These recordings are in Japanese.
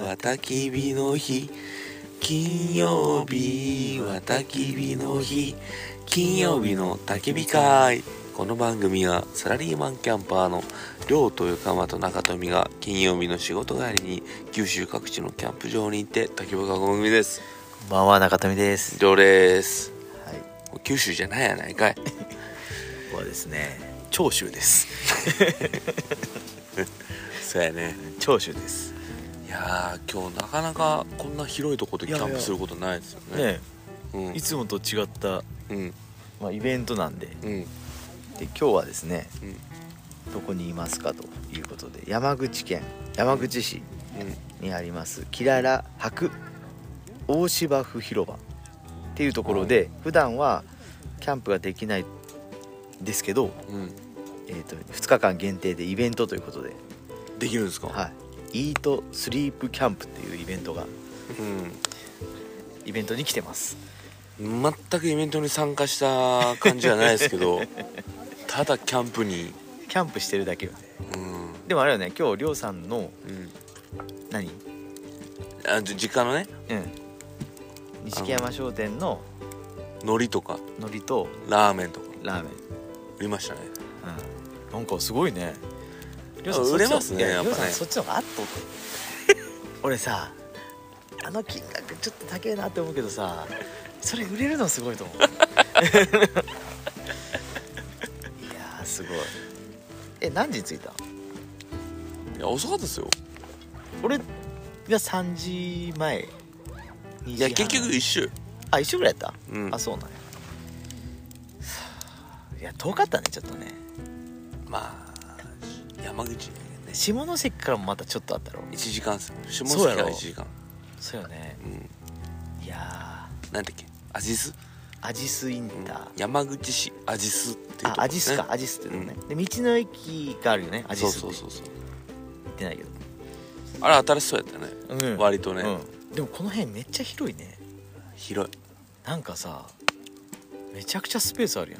は焚き火の日金曜日は焚き火の日金曜日の焚き火会この番組はサラリーマンキャンパーの亮と横浜と中富が金曜日の仕事帰りに九州各地のキャンプ場に行って焚き火囲む組ですこんばんは中富です。亮ですはい。九州じゃないやないかいここはですね、長州です。 そうやね長州です。いやー今日なかなかこんな広いとこでキャンプすることないですよねね、うんいつもと違ったうんまあイベントなんで、うんで今日はですね、うんどこにいますかということで、山口県山口市うんにありますキララ博大芝生広場っていうところで、普段はキャンプができないですけど、うんえー、と2日間限定でイベントということで、できるんですかはい、イートスリープキャンプっていうイベントがイベントに来てますうん全くイベントに参加した感じはないですけ どただキャンプにキャンプしてるだけよねうんでもあれよね今日りょうさんのうん何あじ実家のねうん錦山商店の海苔とか海苔とラーメンとかラーメン、売りましたねうん、なんかすごいねりょうさあんそっちの売れますねいややっりぱょねう さんそっちの方があっとって俺さあの金額ちょっと高えなって思うけどさそれ売れるのすご いと思ういやーすごいえ何時に着いたいや遅かったですよ俺が3時前いいや結局一周あ一緒ぐらいやった、うんあそうなんやいや遠かったねちょっとねまあ山口ね下関からもまたちょっとあったろ1時間っすよ下そうや関ろから1時間そうよねうんいやなんだっけアジス、ーアジスインうんター、山口市アジスっていうとこ、ね、あアジスかアジスっていうのね、で道の駅があるよねアジスってそうそうそうそう行ってないけどあれ新しそうやったねうん割とねうんでもこの辺めっちゃ広いね広いなんかさめちゃくちゃスペースあるや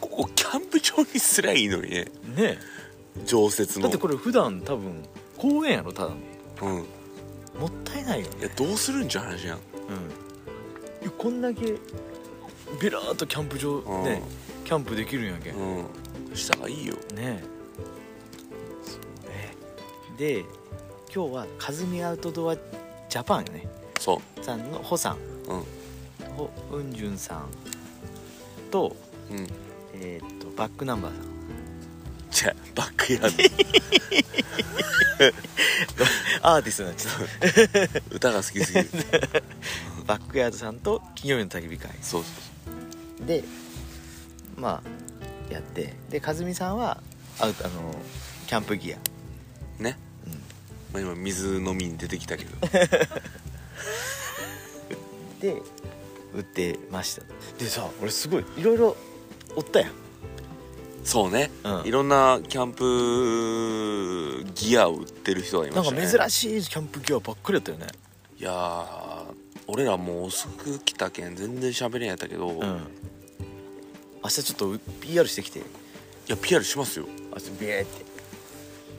ここキャンプ場にすりゃいいのにねんね常設えのだってこれ普段多分公園やろただのうんもったいないよねいやどうするんじゃ話やんうんいやこんだけベラーっとキャンプ場うんね、キャンプできるんやけん、ねうんしたらいいよえで今日はカズミアウトドアジャパンよねそさんのホさんううんホウンジュンさんと,、うんえーっとバックナン バーさんじゃあバックヤ ーアーティストになっちゃっド歌が好きす ぎるたバックヤードさんと金曜日の焚き火会そうそうでまあやってでカズミさんはアウトあのキャンプギア、そうね、うん、まあ、今水飲みに出てきたけどで売ってましたでさ俺すごいいろいろおったやんそうね、うんいろんなキャンプギアを売ってる人がいなまんしかたね珍しいキャンプギアばっかりやったよねいやー俺らもう遅く来たけん全然喋れんやったけど、い明日ちょっと PR してきてや PR しますよ明日ビエーって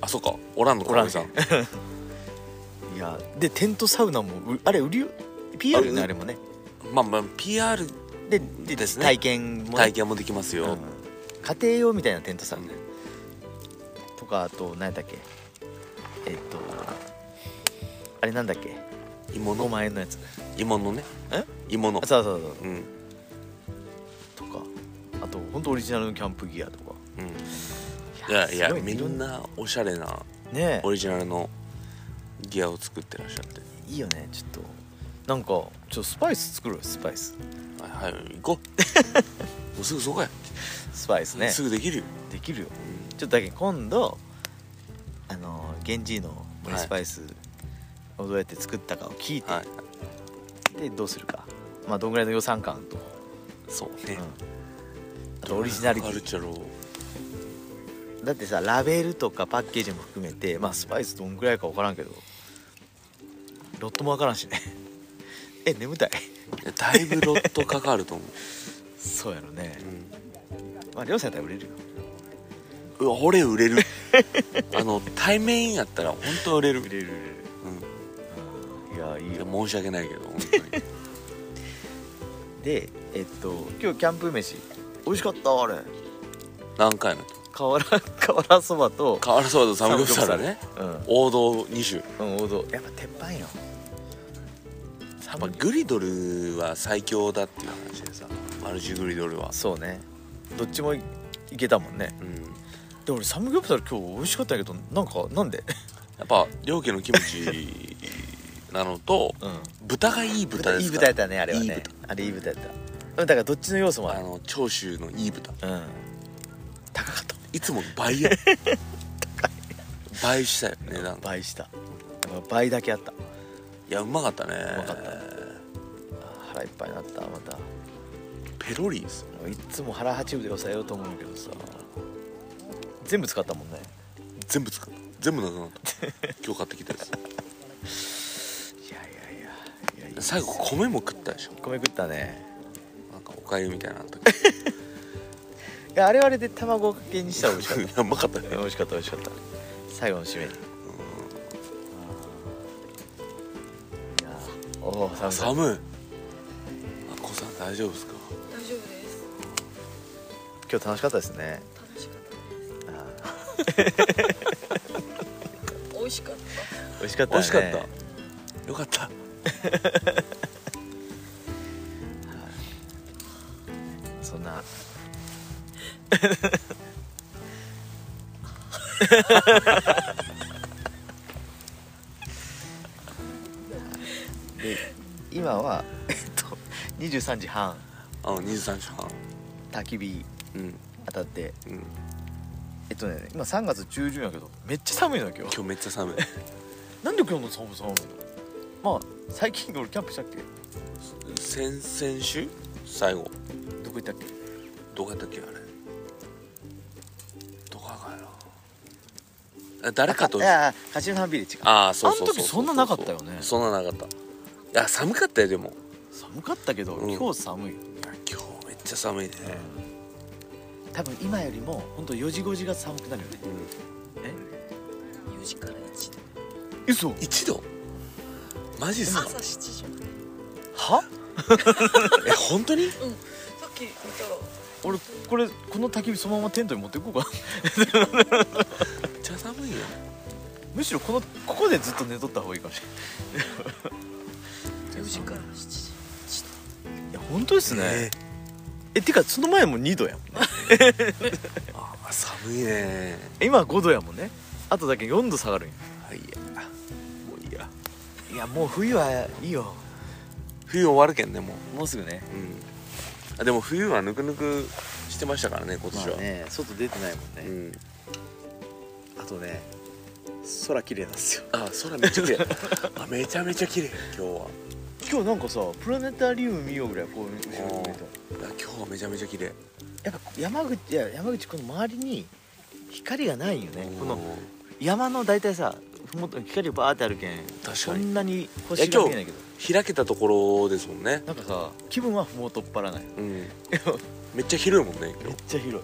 あそっかおらんのかおらおん じさんいやでテントサウナもうあれ売りよ PR よねああれもね まあまあ PR ででですね体験もね体験もできますうよん、家庭用みたいなテントサウナ、うんとかあと何やったっけえっとあれなんだっけ芋5の万円のやつ芋のねえ芋のあそうそうそううんとかあと本当オリジナルのキャンプギアとかうんいやいやすごみねんなおしゃれなねオリジナルのギアを作ってらっしゃっていいよねちょっとなんかちょっとスパイス作ろうよスパイスはい、はい、行こ うもうすぐそこや、スパイスねすぐできるよ、できるよちょっとだけ今度あの源氏のはいスパイスをどうやって作ったかを聞いて、はいでどうするかまあどんぐらいの予算感と、そうねうん、あとオリジナリテカルィチャロだってさラベルとかパッケージも含めてまあスパイスどんぐらいか分からんけどロットも分からんしね え眠たいだいぶロットかかると思そうやろねう、まあ両さんやったら売れるよ うわ俺売れるあの対面やったら本当売れる売、れる売れるいやいうん、いいやよ申し訳ないけど本当にでえっと今日キャンプ飯美味しかったあれ何回の瓦 瓦そばと変わらそうだとサムギョプサルねうん王道2種、うん王道やっぱ鉄板よサまあ、グリドルは最強だっていう話でさマルチグリドルはそうねどっちもいいけたもんねうんで俺サムギョプサル今日美味しかったけどなんかなんでやっぱ両家のキムチなのとうん豚がいい豚でいいす豚かやらったねあれはいいね豚あれいい豚やったうんだからどっちの要素もああるの長州のいい豚うん高かったいつもの倍や 倍したよ値段倍したやっぱ倍だけあったいやうまかったねうまかったあ腹いっぱいになったまたペロリですいっつも腹八分で抑えようと思うんだけどさ全部使ったもんね全部使った全部なくなった今日買ってきたや いやいやいやいやいいつ最後米も食ったでしょ米食ったねなんかおかゆみたいなの時いやあれはあれで卵かけにしたら美味しかっ たいやうまかったね美味しかった美味しかった最後の締めにいやーおお寒い寒いあこさん大丈夫ですか大丈夫です今日楽しかったですね楽しかっあーた美味しかった美味しかった美ね味しかったよかったそんなで今はえっと23時半あの23時半焚き火うん当たってうんえっとね今3月中旬やけどめっちゃ寒いのよ今日今日めっちゃ寒いなんで今日の寒さ寒いのまあ最近俺キャンプしたっけ先々週最後どこ行ったっけどこやったっけあれどこやかいなあ誰かとあいやいやカシノハンビレッジかああそうそうそうあの時そんななかったよねそんななかったいや寒かったよでも寒かったけど、うん今日寒いよ今日めっちゃ寒いね、多分今よりも本当4時5時が寒くなるよねうん、え4時から1時嘘1度マジっすか朝7時まではえ本当にうんさっき見たら俺これこの焚き火そのままテントに持っていこうかめっちゃ寒いよ むしろこのここでずっと寝とった方がいいかもし4時から7時れないいや本当ですねえてかその前も2度やもんねあー寒いね今5度やもんねあとだけ4度下がるんやはいいやもういいやいやもう冬はいいよ冬終わるけんねももうすぐねううんあでも冬はぬくぬくしてましたからね今年は、ね外出てないもんう、んあとね空綺麗なんですよあ空めっちゃ綺麗あめちゃめちゃ綺麗今日は今日なんかさプラネタリウム見ようぐらいこう後ろに見えたいや今日はめちゃめちゃ綺麗やっぱ山口いや山口この周りに光がないよねこのうん山の大体さふもとに光バーってあるけん確そかにんなに星が見えないけど開けたところですもんねなんかさ気分はふもとっぱらない うんめっちゃ広いもんね今日ちゃ広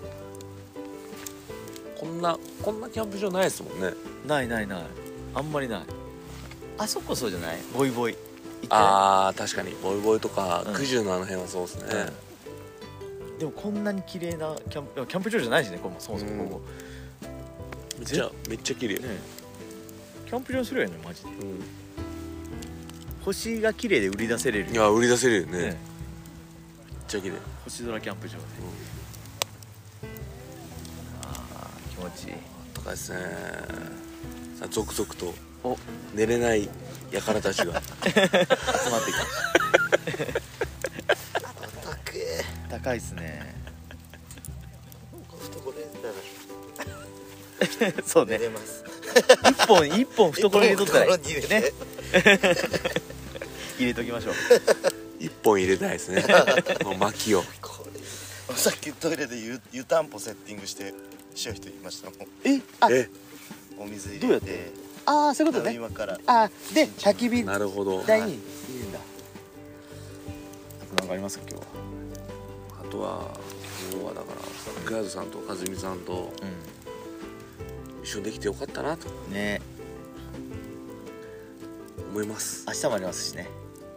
こんなこんなキャンプ場ないですもんねいないないないあんまりないあそこそうじゃないボイボイ行ってなあー確かにボイボイとかうん九十のあの辺はそうですいねうんでもこんなに綺麗なキャンプキャンプ場じゃないしねこれもそもそもここ、めっちゃめっちゃ綺麗ねキャンプ場にするよねマジでうん星が綺麗で売り出せれるいや売り出せるよねめっねちゃ綺麗星空キャンプ場で、あー気持ちいいとかですねさあ続々とお寝れ ない輩たちが集まってきま した高いっすね 懐に入れたらそう寝ねれます一本一本懐に入れとったらいい懐に入れてね 入れときましょう一本入れたい ですねこの薪をこれさっきトイレで湯湯たんぽセッティングしてしよう人いましたもえあえんお水入れどてあーそういうことあのね今からあーで焚き火なるほど台に入れるんだあと何かありますか今日はあとは今日はだからガードさんと和美さんとうん一一緒にできてよかったなとね思います明日もありますしね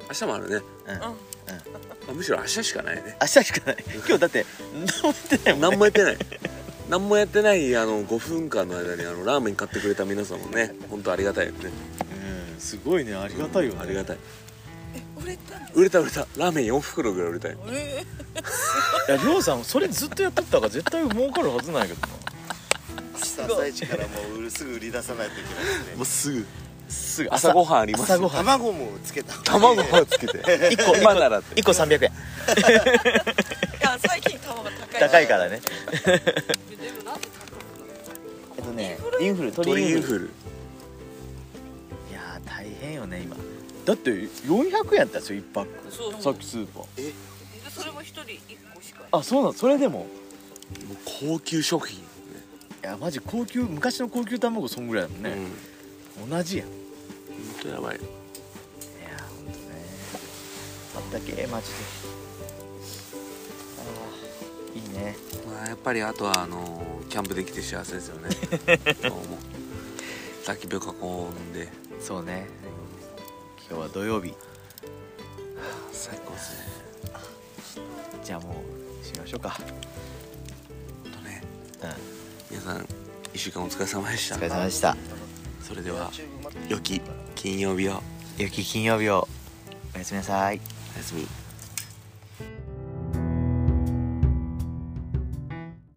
明日もあるねうん、うん、う明んあむしろ明日しかないね日しかない今日だって何も言ってな何もやってないもんい 何もやってないあの5分間の間にあのラーメン買ってくれた皆さんもね本当ありがたいよねうんすごいねありがたいよね、ありがたいえ売れたんです売れた売れたラーメン4袋ぐらい売れたよえいやりょうさんそれずっとやっとったから絶対儲かるはずないけどな 朝朝一からもう売るすぐ売り出さないといけないですねうすぐすぐ朝ごはんあります朝ごはん卵もつけた卵をつけて1個今ならって1個300円いや最近卵が高い高いからねでもなんで高くなったえっとねインフル鳥インフルいやー大変よね今だって400円やったんですよ1パックそうそうさっきスーパーでそれも一人一個しかあそうなんそれでももう高級食品いやマジ高級昔の高級卵そんぐらいだもんねうんね、同じやんい本当やばいやーほんとねあったけーマジでああいいねまあやっぱりあとはあのーキャンプできて幸せですよね どうもさっきビョカコ飲んでそうね今日は土曜日最高ですねじゃあもうしましょうかほんとねうん皆さん1週間お疲れ様でしおた疲れ様でしたそれでは良き金曜日を良き金曜日をおやすみなさいおやすみ